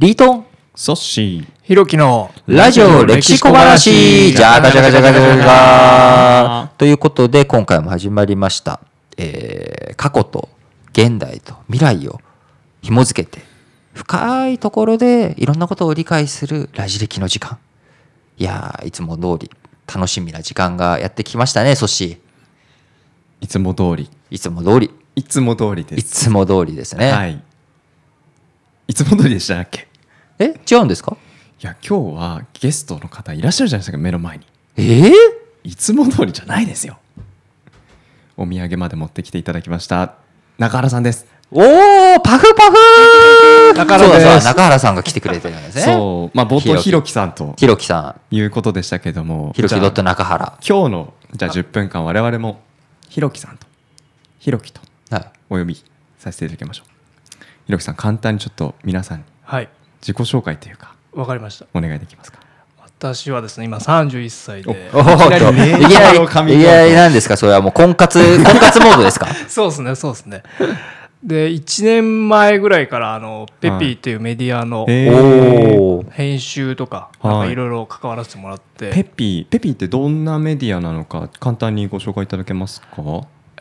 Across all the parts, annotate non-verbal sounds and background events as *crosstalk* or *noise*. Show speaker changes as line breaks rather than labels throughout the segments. リートン
ソッシー。
ひろきの
ラジオ歴史小話じゃがじゃがじゃがじゃがということで今回も始まりました、えー過去と現代と未来を紐づけて深いところでいろんなことを理解するラジ歴の時間いやーいつも通り楽しみな時間がやってきましたねそし
いつも通り。
いつも通り
いつも通りで
い
す。
つも通りですね、
はい。いつも通りでしたっけ
え違うんですか
いや、今日はゲストの方いらっしゃるじゃないですか、目の前に。
えー、
いつも通りじゃないですよ。お土産まで持ってきていただきました。中原さんです。
おーパフパフ
中原です
そうだそうだ中原さんが来てくれてるんですね
そう、まあ冒頭、
ひ
ひ
ろ
ろきさんと
ひろきさん
いうことでしたけども、
ひろき
じゃあ
ドット中原。
今日の、じゃあ10分間、我々も、ひろきさんと、ひろきと
はい。
お呼びさせていただきましょう。ひろきさん、簡単にちょっと皆さんに
はい
自己紹介というか、
わかりました
お願いできますか。
私はですね今31歳で
おおっといきなり、いき
の
な
神
り、いきなりなんですかそれはもう婚 *laughs* 活、婚活モードですか
そうですねそうですねで1年前ぐらいからあのペピーっていうメディアの
えー
おー。
編集とか
はい
なんかいろいろ関わらせてもらって、
ペピー、ペピーってどんなメディアなのか、簡単にご紹介いただけますか。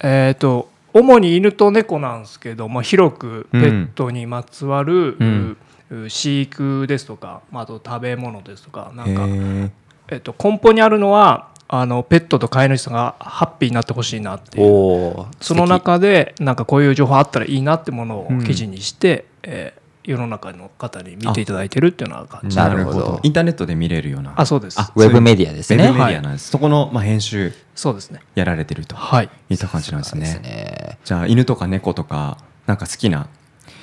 えっ、と主に犬と猫なんですけど、まあ、広くペットにまつわる、
うん
う飼育ですとか、まあ、あと食べ物ですとかな
へ
んか、
ー
えっと根本にあるのはあのペットと飼い主さんがハッピーになってほしいなっていう
おー。
その中でなんかこういう情報あったらいいなってものを
うん
記事にして、えー世の中の方に見ていただいてるっていうような感じ
な
な
る
る
ほ
ほ
ど
ど。インターネットで見れるような。
あそうです
素敵ウェブメディアです
ウェブメデ
ね。
ィアなんです。そこの、まあ、編集
そうですね
やられてると。
はい
いった感じなんです
です
ね。
ね。
じゃあ、犬とか猫とか、なんか好きな。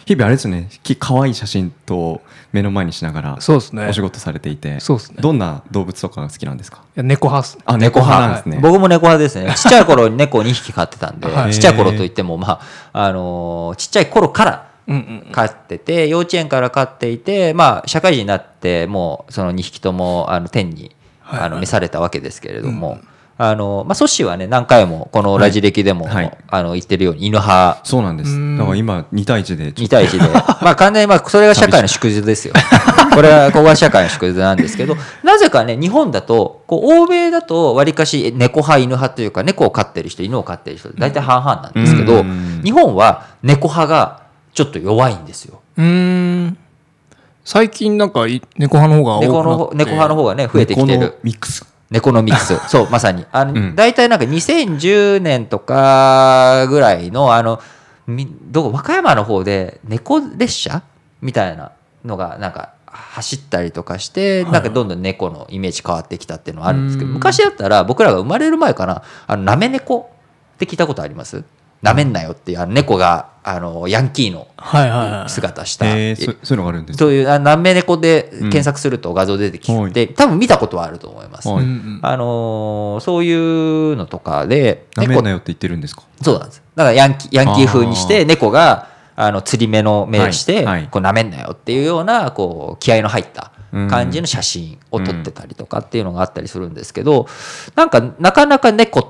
日々あれですね。き可愛い写真と目の前にしながら。
そうですね
お仕事されていて。
そうですね
どんな動物とかが好きなんですか。
いや猫派っすね
あ、猫派なんですね。
僕も猫派ですね。ちっちゃい頃に猫2匹飼ってたんで、
はい
ちっちゃい頃といっても、まあ、あのーちっちゃい頃から
うんうん
飼ってて、幼稚園から飼っていて、まあ、社会人になって、もう、その2匹とも、あの、天に、
はい
あの、召されたわけですけれど
う
も
ん、
あの、まあ、ソシはね、何回も、このラジ歴でも、
はいはい
あの、言ってるように、犬派、
そうなんで
うー
す。
ん
だから今2対1でちょ
2
っと
対1で。まあ、完全に、まあ、それが社会の縮図ですよ。これは、ここは社会の縮図なんですけど、なぜかね、日本だと、こう、欧米だと、わりかし、猫派、犬派というか、猫を飼ってる人、犬を飼ってる人、大体半々なんですけ
う
ど
ん、
日本は、猫派が、ちょっと弱いんですよ。
うーん最近なんかい猫派の方が
猫
多くな
の
っ
方
て
猫派の方がね、増えてきて
猫
る
の。ミックス。
ネコノミクス。そう、まさに。あの、
うん
大体なんか2010年とかぐらいの、あの、みどこ、和歌山の方で猫列車みたいなのが、なんか、走ったりとかして、なんかどんどん猫のイメージ変わってきたっていうのはあるんですけど、
うん
昔だったら僕らが生まれる前かな、あの、なめ猫って聞いたことありますなめんなよっていう、あの、猫が、あの、ヤンキーの
はいはいはい
姿した、
えー、そそういうのがあるんですか
そういう、あなめ猫で検索すると画像出てきて、
うんはい
多分見たことはあると思います。
はい
うんうん
あのーそういうのとかで、
なめん
猫
なよって言ってるんですか
そうなんです。だからヤンキーヤンキー風にして、猫が、あの、釣り目の目をして、
はいはい
こう、舐めんなよっていうような、こう、気合の入った
うん
感じの写真を撮ってたりとかっていうのがあったりするんですけど、なんか、なかなか猫っ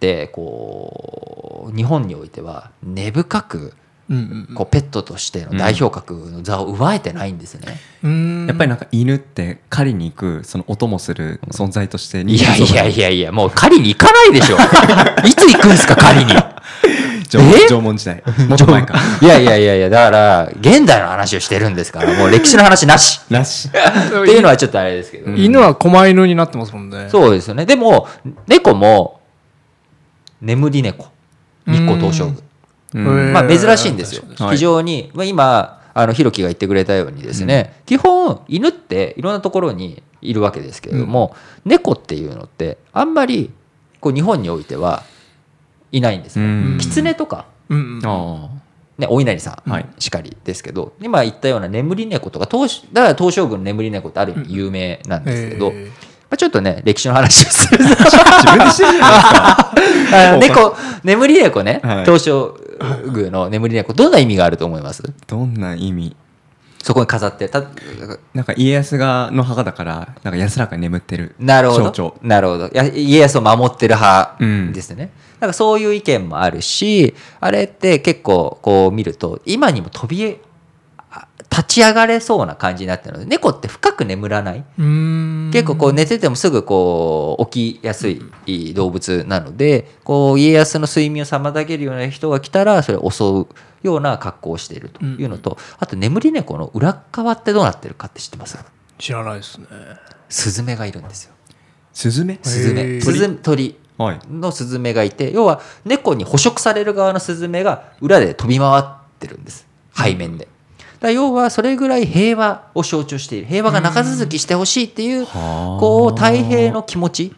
て、こう、日本においては、根深く、
うんうん
こう、ペットとしての代表格の座を奪えてないんですね。
うん
やっぱりなんか犬って狩りに行くそのお供する存在として
いやいや
や
いやいや、もう狩りに行かないで *laughs* しょ。いつ行くんすか、狩りに。
縄文
え
縄文時代もっと
*laughs*
前か
いやいやいやいや、だから、現代の話をしてるんですから、もう歴史の話なし。
らしい
っていうのはちょっとあれですけど。
うん
犬は狛犬になってますもんね
そうですよね。でも、猫も、眠り猫。日光東照宮。
うん
まあ、珍しいんですよ
確。
かに
非常に、まあ、今、あの、ひろきが言ってくれたようにですね、基本、犬っていろんなところにいるわけですけれども、猫っていうのって、あんまり、こう、日本においてはいないんですね。
うん
狐とか、
うんうん
*laughs*
あ
ね、お稲荷さん、
はい
しかりですけど今言ったような眠り猫とか東だから東照宮の眠り猫ってある意味有名なんですけど、
え
ま
ー
あ、ちょっとね歴史の話をす
*laughs*
ると
あ自分でしてるじゃないですか
あの猫眠り猫ね、
はい
東照宮の眠り猫どんな意味があると思います
どんな意味
そこに飾ってた
なんか家康がの墓だからなんか安らかに眠ってる
なるほ
象
ど
徴。
なるほど。や家康を守ってる派
うん
ですね。なんかそういう意見もあるし、あれって結構こう見ると、今にも飛びえ、あ立ち上がれそうな感じになってるので猫って深く眠らない結構こう寝ててもすぐこう起きやすい動物なのでこう家康の睡眠を妨げるような人が来たらそれを襲うような格好をしているというのとあと眠り猫の裏側ってどうなってるかって知ってます
知らないですね
スズメがいるんですよ
スズメ
スズメ
へー
スズメ鳥
はい
のスズメがいて要は猫に捕食される側のスズメが裏で飛び回ってるんです背面で。だから要はそれぐらい平和を象徴している平和が長続きしてほしいっていうこう太平の気持ち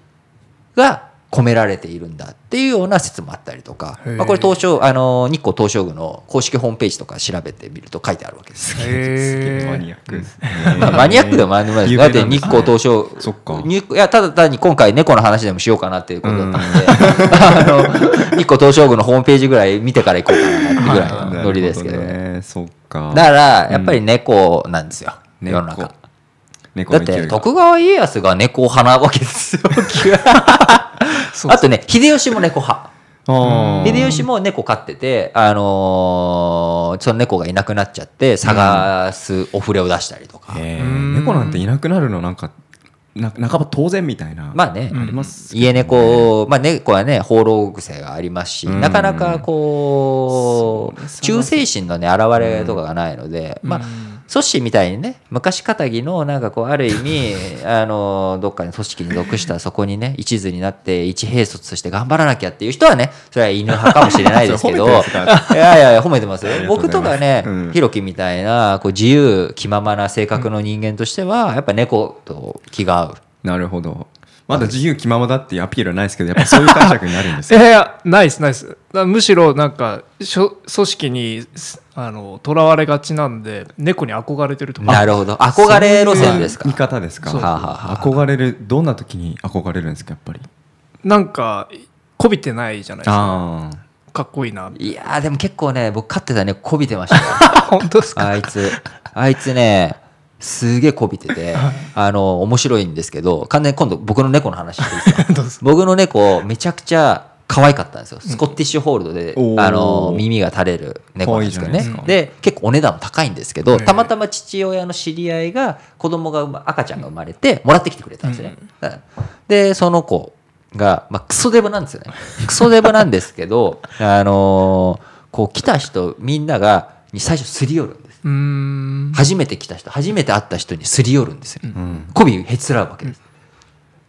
が込められているんだっていうような説もあったりとか
へ、ー
まあ、これ東証あの日光東照宮の公式ホームページとか調べてみると書いてあるわけです。
すげ
へ
え
ー
マニアックですね
まあマニアックでも何でもないです。だって
有名なんで
日
すね
光東照
そっか
にいや、ただ単に今回猫の話でもしようかなっていうことだったので、 *laughs* あの、日光東照宮のホームページぐらい見てから行こうかなってぐらいのノリですけど
なるほ
ね。
ねそっか
だから、やっぱり猫なんですよ、
うん
世の中。
猫
だ
の
っ
勢
て
いが
徳川家康が猫派なわけですよ *laughs* あとね秀吉も猫派
あー
秀吉も猫飼ってて、あのーその猫がいなくなっちゃって探すお触れを出したりとか、
え
うん
ー猫なんていなくなるのなんかな半ば当然みたいな
まあね、
ありますけどね
家猫、まあ、猫はね放浪癖がありますし、
うん
なかなかこ
そう
う
です
忠誠心のね現れとかがないので、まあ
うん
組織みたいにね昔かたぎのなんかこうある意
*laughs*
味あのどっかに組織に属したそこにね一途になって一兵卒として頑張らなきゃっていう人はねそれは犬派かもしれないですけど
*laughs* そ
い
れ褒めてるんです
やいやいや褒めてますよ
ありがとうご
僕
ざい
と
ます
かね、
うん
ひろきみたいなこう自由気ままな性格の人間としては、やっぱ猫と気が合う。
なるほどまだ自由気ままだっていうアピールはないですけどやっぱそういう解釈になるんで
*laughs*
す
い
よ
やいやないですないですだからむしろなんかしょ組織にすあの囚われがちなんで猫に憧れてるとか
なるほど憧れ路線です
そういう見
か
方ですか
そう
はあはあはあ
憧れるどんな時に憧れるんですかやっぱり
なんかこびてないじゃないですか
ああ
かっこいいな
いやーでも結構ね僕飼ってたねこびてました
*laughs*
よ
本当ですか
あいつ、あいつね、すげえこびてて、あの、面白いんですけど、完全に今度僕の猫の話していいですか
*laughs* どうぞ
僕の猫、めちゃくちゃ可愛かったんですよ。スコティッシュホールドで、
おー
あの、耳が垂れる猫なんですけど
可愛い
ね
じゃないですか。
で、結構お値段も高いんですけ
へ
ど、
ー
たまたま父親の知り合いが、子供が生ま、赤ちゃんが生まれて、もらってきてくれたんですね。うんで、その子が、まあ、クソデブなんです
*laughs*
よね。クソデブなんですけど、あのーこう来た人みんなが、に最初すり寄るんです。
うーん
初めて来た人初めて会った人にすり寄るんですよ、
うん
媚びへつらうわけです、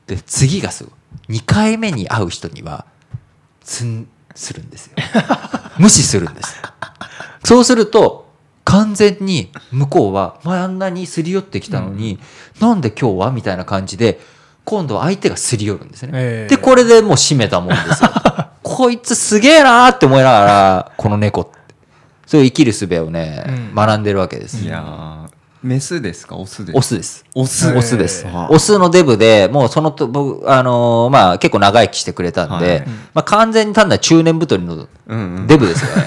で次がすごい2回目に会う人にはつんするんですよ無視するんですそうすると完全に向こうは前あんなにすり寄ってきたのに、なんで今日はみたいな感じで今度は相手がすり寄るんですね、
ええ
でこれでもう締めたもんですよこいつすげえなーって思いながらこの猫ってそういう生きる術をね、
うん
学んでるわけです
いやーメスですかオスですか
オスです。
オス
オスです
えー。
オスのデブで、もうそのと、僕、あのーまあ結構長生きしてくれたんで、
はい
まあ完全に単なる中年太りの
うんうん
デブですよ
*laughs*
ね。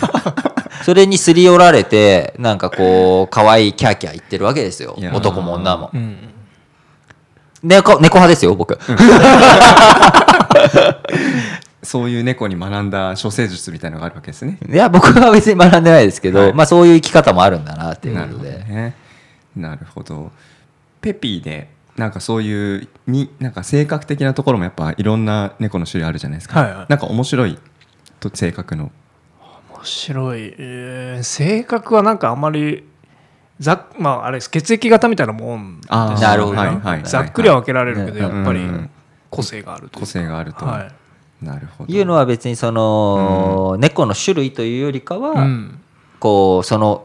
それにすり寄られて、なんかこう、可愛いキャーキャー言ってるわけですよ
いや。ー
男も女も
う。ん
猫、猫派ですよ、僕。
そういう猫に学んだ処世術みたいなのがあるわけですね。
*laughs* いや、僕は別に学んでないですけど、
はい
まあそういう生き方もあるんだなっていう
なる
こ
ほ
と
ど
で。
ね。なるほど。ペピーでなんかそういうになんか性格的なところもやっぱいろんな猫の種類あるじゃないですか。
はいはい
なんか面白いと性格の。
面白い、えー性格はなんかあんまりざっまああれです血液型みたいなもんです
あ
ーなるほど
はい
はい
はい
ざっくりは分けられるけど、
はい
やっぱり
うん
個性があるという
個性があると。
は
なるほど。
いうのは別にその、猫の種類というよりかは、
い、うん、
こうその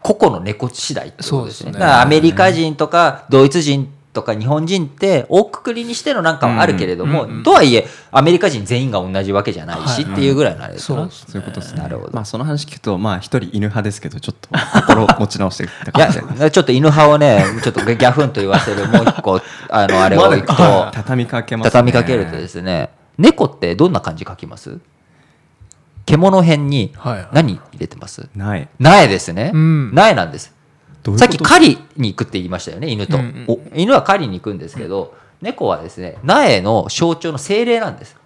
個々の猫次第ってことですね
そうですね
だからアメリカ人とかドイツ人とか日本人って大くくりにしてのなんかはあるけれども、
うんうんうん
とはいえアメリカ人全員が同じわけじゃないし、
はい
っていうぐらいのあれです
そ
か
う
な
です
そういうことですね。
なるほど
まあその話聞くとまあ一人犬派ですけどちょっと *laughs* 心を持ち直してた
い
かもしれない。
やちょっと犬派をねちょっとギャフンと言わせるもう一個あのあれをいくと
畳みかけますね。
畳みかけるとですね猫ってどんな感じ書きます獣編に
はいはい
何入れてます、
ない。
苗ですね、
うん
苗なんです
どういう
さ
こ
っき
と
狩りに行くって言いましたよね犬と、
うんうん
お犬は狩りに行くんですけど、猫はですね苗の象徴の精霊なんです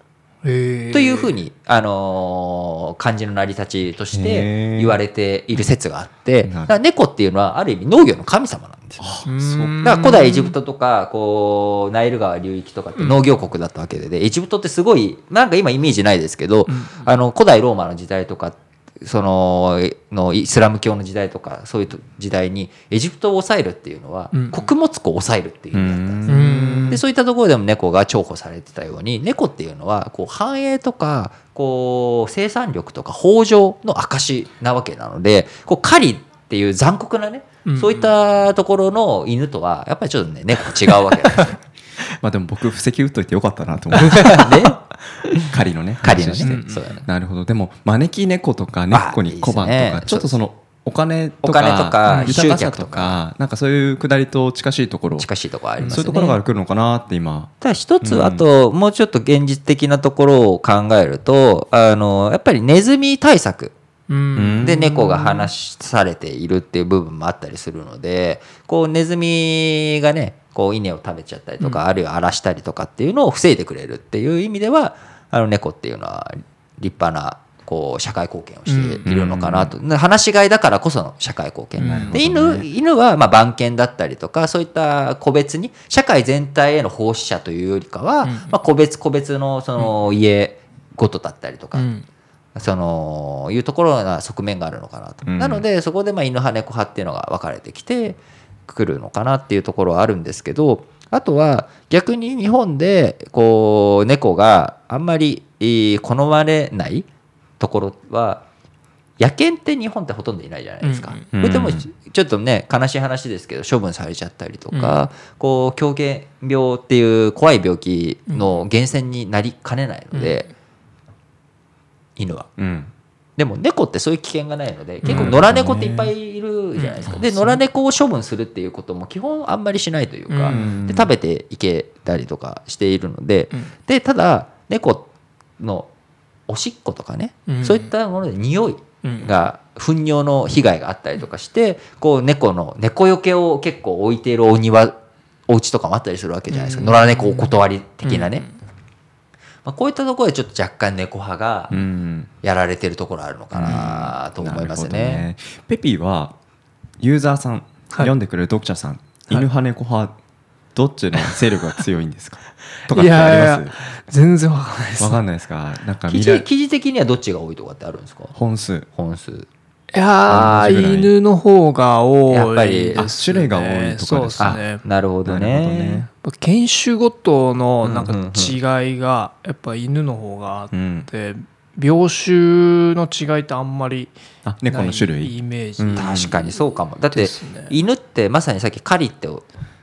へー
というふうに、あのー漢字の成り立ちとして言われている説があって、
へー
だから猫っていうのはある意味農業の神様なんですよ。
う
そ
ーん
だから古代エジプトとかこうナイル川流域とかって農業国だったわけで,、でエジプトってすごいなんか今イメージないですけど、
うん
あの古代ローマの時代とかそののイスラム教の時代とかそういうと時代にエジプトを抑えるっていうのは、
うん
穀物庫を抑えるっていう意味だったんですよ
うーん
でそういったところでも猫が重宝されてたように猫っていうのはこう繁栄とかこう生産力とか豊穣の証なわけなのでこう狩りっていう残酷なね、
うん
そういったところの犬とはやっぱりちょっとね猫違うわけなんですよ。
まあでも僕布石打っといてよかったなと思
*laughs*
って
ね、
狩りのね
狩りの
話して
ね、そうだね
なるほどでも招き猫とか猫に小判と
いいです
か
ね
ちょっとそのお金とか
お金とか
豊か
集
さ
客と
と
か
かなんかそういうくだりと近しいところ
近しいところありますね。
そういうところから来るのかなって今
ただ一つ、
うん
あともうちょっと現実的なところを考えるとあのやっぱりネズミ対策
うん
で猫が話されているっていう部分もあったりするのでこうネズミがねこう稲を食べちゃったりとか、あるいは荒らしたりとかっていうのを防いでくれるっていう意味ではあの猫っていうのは立派なこう社会貢献をしているのかなと、話し飼いだからこその社会貢献、
なるほ
で
ど
犬犬はまあ番犬だったりとかそういった個別に社会全体への奉仕者というよりかは、
うん
まあ、個別個別のその家ごとだったりとか、
うん
そのいうところな側面があるのかなと、
うん
なのでそこでまあ犬派猫派っていうのが分かれてきてくるのかなっていうところはあるんですけどあとは逆に日本でこう猫があんまりえー好まれないところは野犬って日本ってほとんどいないじゃないですか。
うん
これでも
う
ち
ん
ちょっとね悲しい話ですけど処分されちゃったりとか、こう狂犬病っていう怖い病気の源泉になりかねないので、犬は。
うん
でも猫ってそういう危険がないので結構
うん
野良猫っていっぱいいるじゃないですか、
うん
で野良猫を処分するっていうことも基本あんまりしないというか、
うん
で食べていけたりとかしているので、
うん
でただ猫のおしっことかね、
うん
そういったもので匂い
うん
が糞尿の被害があったりとかしてこう猫の猫よけを結構置いているお庭お家とかもあったりするわけじゃないですか、
うん
野良猫お断り的なね、まあ、こういったところでちょっと若干猫派が
うん
やられてるところあるのかなと思いますね。
なるほどペピはユーザーさん、読んでくれる読者さん、犬派猫派どっちの勢力が強い
*laughs*
んですかとかってあり
いやいや
ま
全然わかんないですす
わかんないですかなんか
記
未
事
来
記事的にはどっちが多いとかってあるんですか
本数
本数。
い
同
や
じぐら
ー
い
犬の方が多い
やっぱり
ですね
あ種類が多いとかです
そう
あ
ですね
なるほど
なるほど
ね
ね。
犬種ごとのなんか
うんうんうん
違いがやっぱ犬の方があっ
うん
て病種の違いってあんまり
あ
ない
猫の種類
イメージ
うん
確かにそうかも。だって
ですね
犬ってまさにさっき狩りって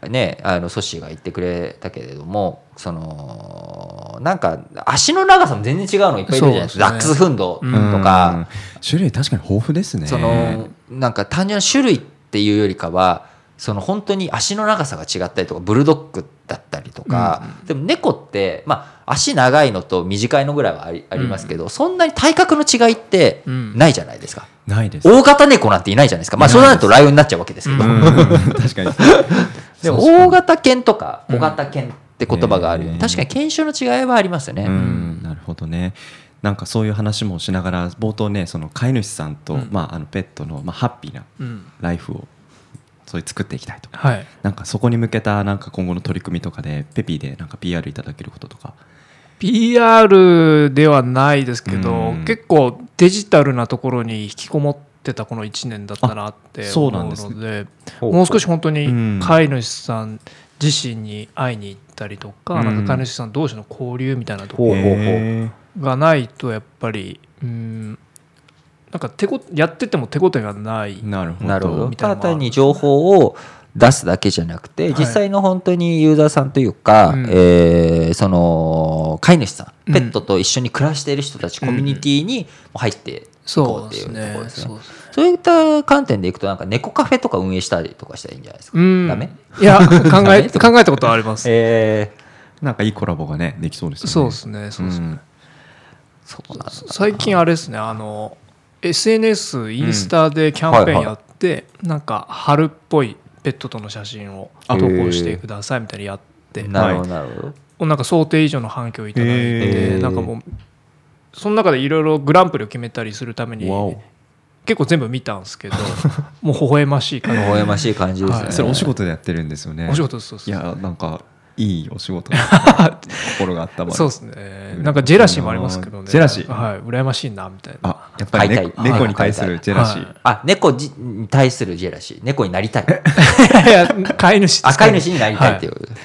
ねあのソシーが言ってくれたけれどもそのなんか足の長さも全然違うのいっぱいいるじゃないですか。ダ
そう
ッ
で
ク
すね
スフンドと
うん
か。
うん種類確かに豊富ですね
そのなんか単純な種類っていうよりかはその本当に足の長さが違ったりとかブルドッグだったりとか、でも猫って、まあ、足長いのと短いのぐらいはありありますけど、そんなに体格の違いって
うん
ないじゃないですか、
ないです
大型猫なんていないじゃないですかまあ
いない
そうなるとライオンになっちゃうわけですけど、
う
うん確かに
*laughs* でも
そうそう
大型犬とか小型犬って言葉があるように、
うん
確かに犬種の違いはありますね、
うん、なるほどね。なんかそういう話もしながら冒頭ねその飼い主さんと、
うん
まあ、あのペットの、まあ、ハッピーな
うん
ライフをそういう作っていきたいと
はい
なんかそこに向けたなんか今後の取り組みとかでペピーでなんか PR いただけることとか
PR ではないですけど
うん
結構デジタルなところに引きこもってたこの1年だったなって
あ
思
そううなんで
のです
ね
もう少し本当
うん
に飼い主さん自身に会いに行ったりとか,、
うん
なんか飼い主さん同士の交流みたいなとこ
ほうほうほう
へ
がないとやっぱりうんなんか手こやってても手応えがない
ーなるほど
なるほど
みたいな
た
の
だ
も
単
ある
に情報を出すだけじゃなくて、
はい
実際の本当にユーザーさんというか、
うん
えーその飼い主さ
うんん
ペットと一緒に暮らしている人たち、
うん
コミュニティに入っていこ
そう
うって
で
いう
す
ところ
ね
ですね。
そうですね
そういった観点でいくとなんか猫カフェとか運営したりとかしたらいいんじゃないですか、
うん
ダメ
いや考
ダメ
え考えたことはあります、
え
なんかいいコラボがねできそうですよね
そうですねそうですね、
ん
そうなんだ
最近あれですねあの SNS インスタでキャンペーンやって、なんか春っぽいペットとの写真を投稿してくださいみたいにやって
なるほどなるほど
なんか想定以上の反響をいただいて、
へー
なんかもうその中でいろいろグランプリを決めたりするために
わお
結構全部見たんで
*laughs*
すけどもう微笑ましい感
微笑ましい感じですね。
はい
それお仕事でやってるんですよね
じお仕事ですそうです
いやなんかいいお仕事心があったま
そうですねなんかジェラシーもありますけどね
ジェラシー
はい羨ましいなみたいな
あやっぱり
買い
猫
たい
猫に対するジェラシー、
は
あ、猫じに対するジェラシー。猫になり
*laughs*
たい。
いや飼い主ですか
あ飼
ら
い主になりたいっていうことです。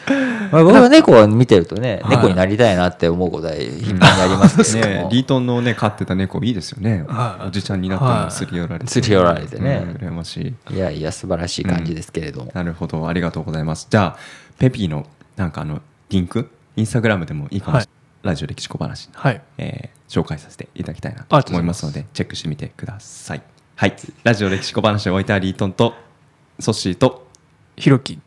まあ僕は猫を見てるとね、
はい
猫になりたいなって思うことは頻繁にあります
*laughs*
けど
ね
も、
リートンのね飼ってた猫いいですよね、
はい
おじちゃんになった
は
の
い
すり寄られて、
すり寄られてね
うん羨ましい
いやいや、素晴らしい感じですけれども。
なるほどありがとうございますじゃあペピーのなんかあのリンクインスタグラムでもいいかもしれない、ラジオ歴史小話の、
*laughs*
はい
えー紹介させていただきたいな
ありが
と
とう
思い
ござい
ま
ますす
のでチェックしてみてくださいはいラジオ歴史小話を終えたリートンとソッシーと
ひろき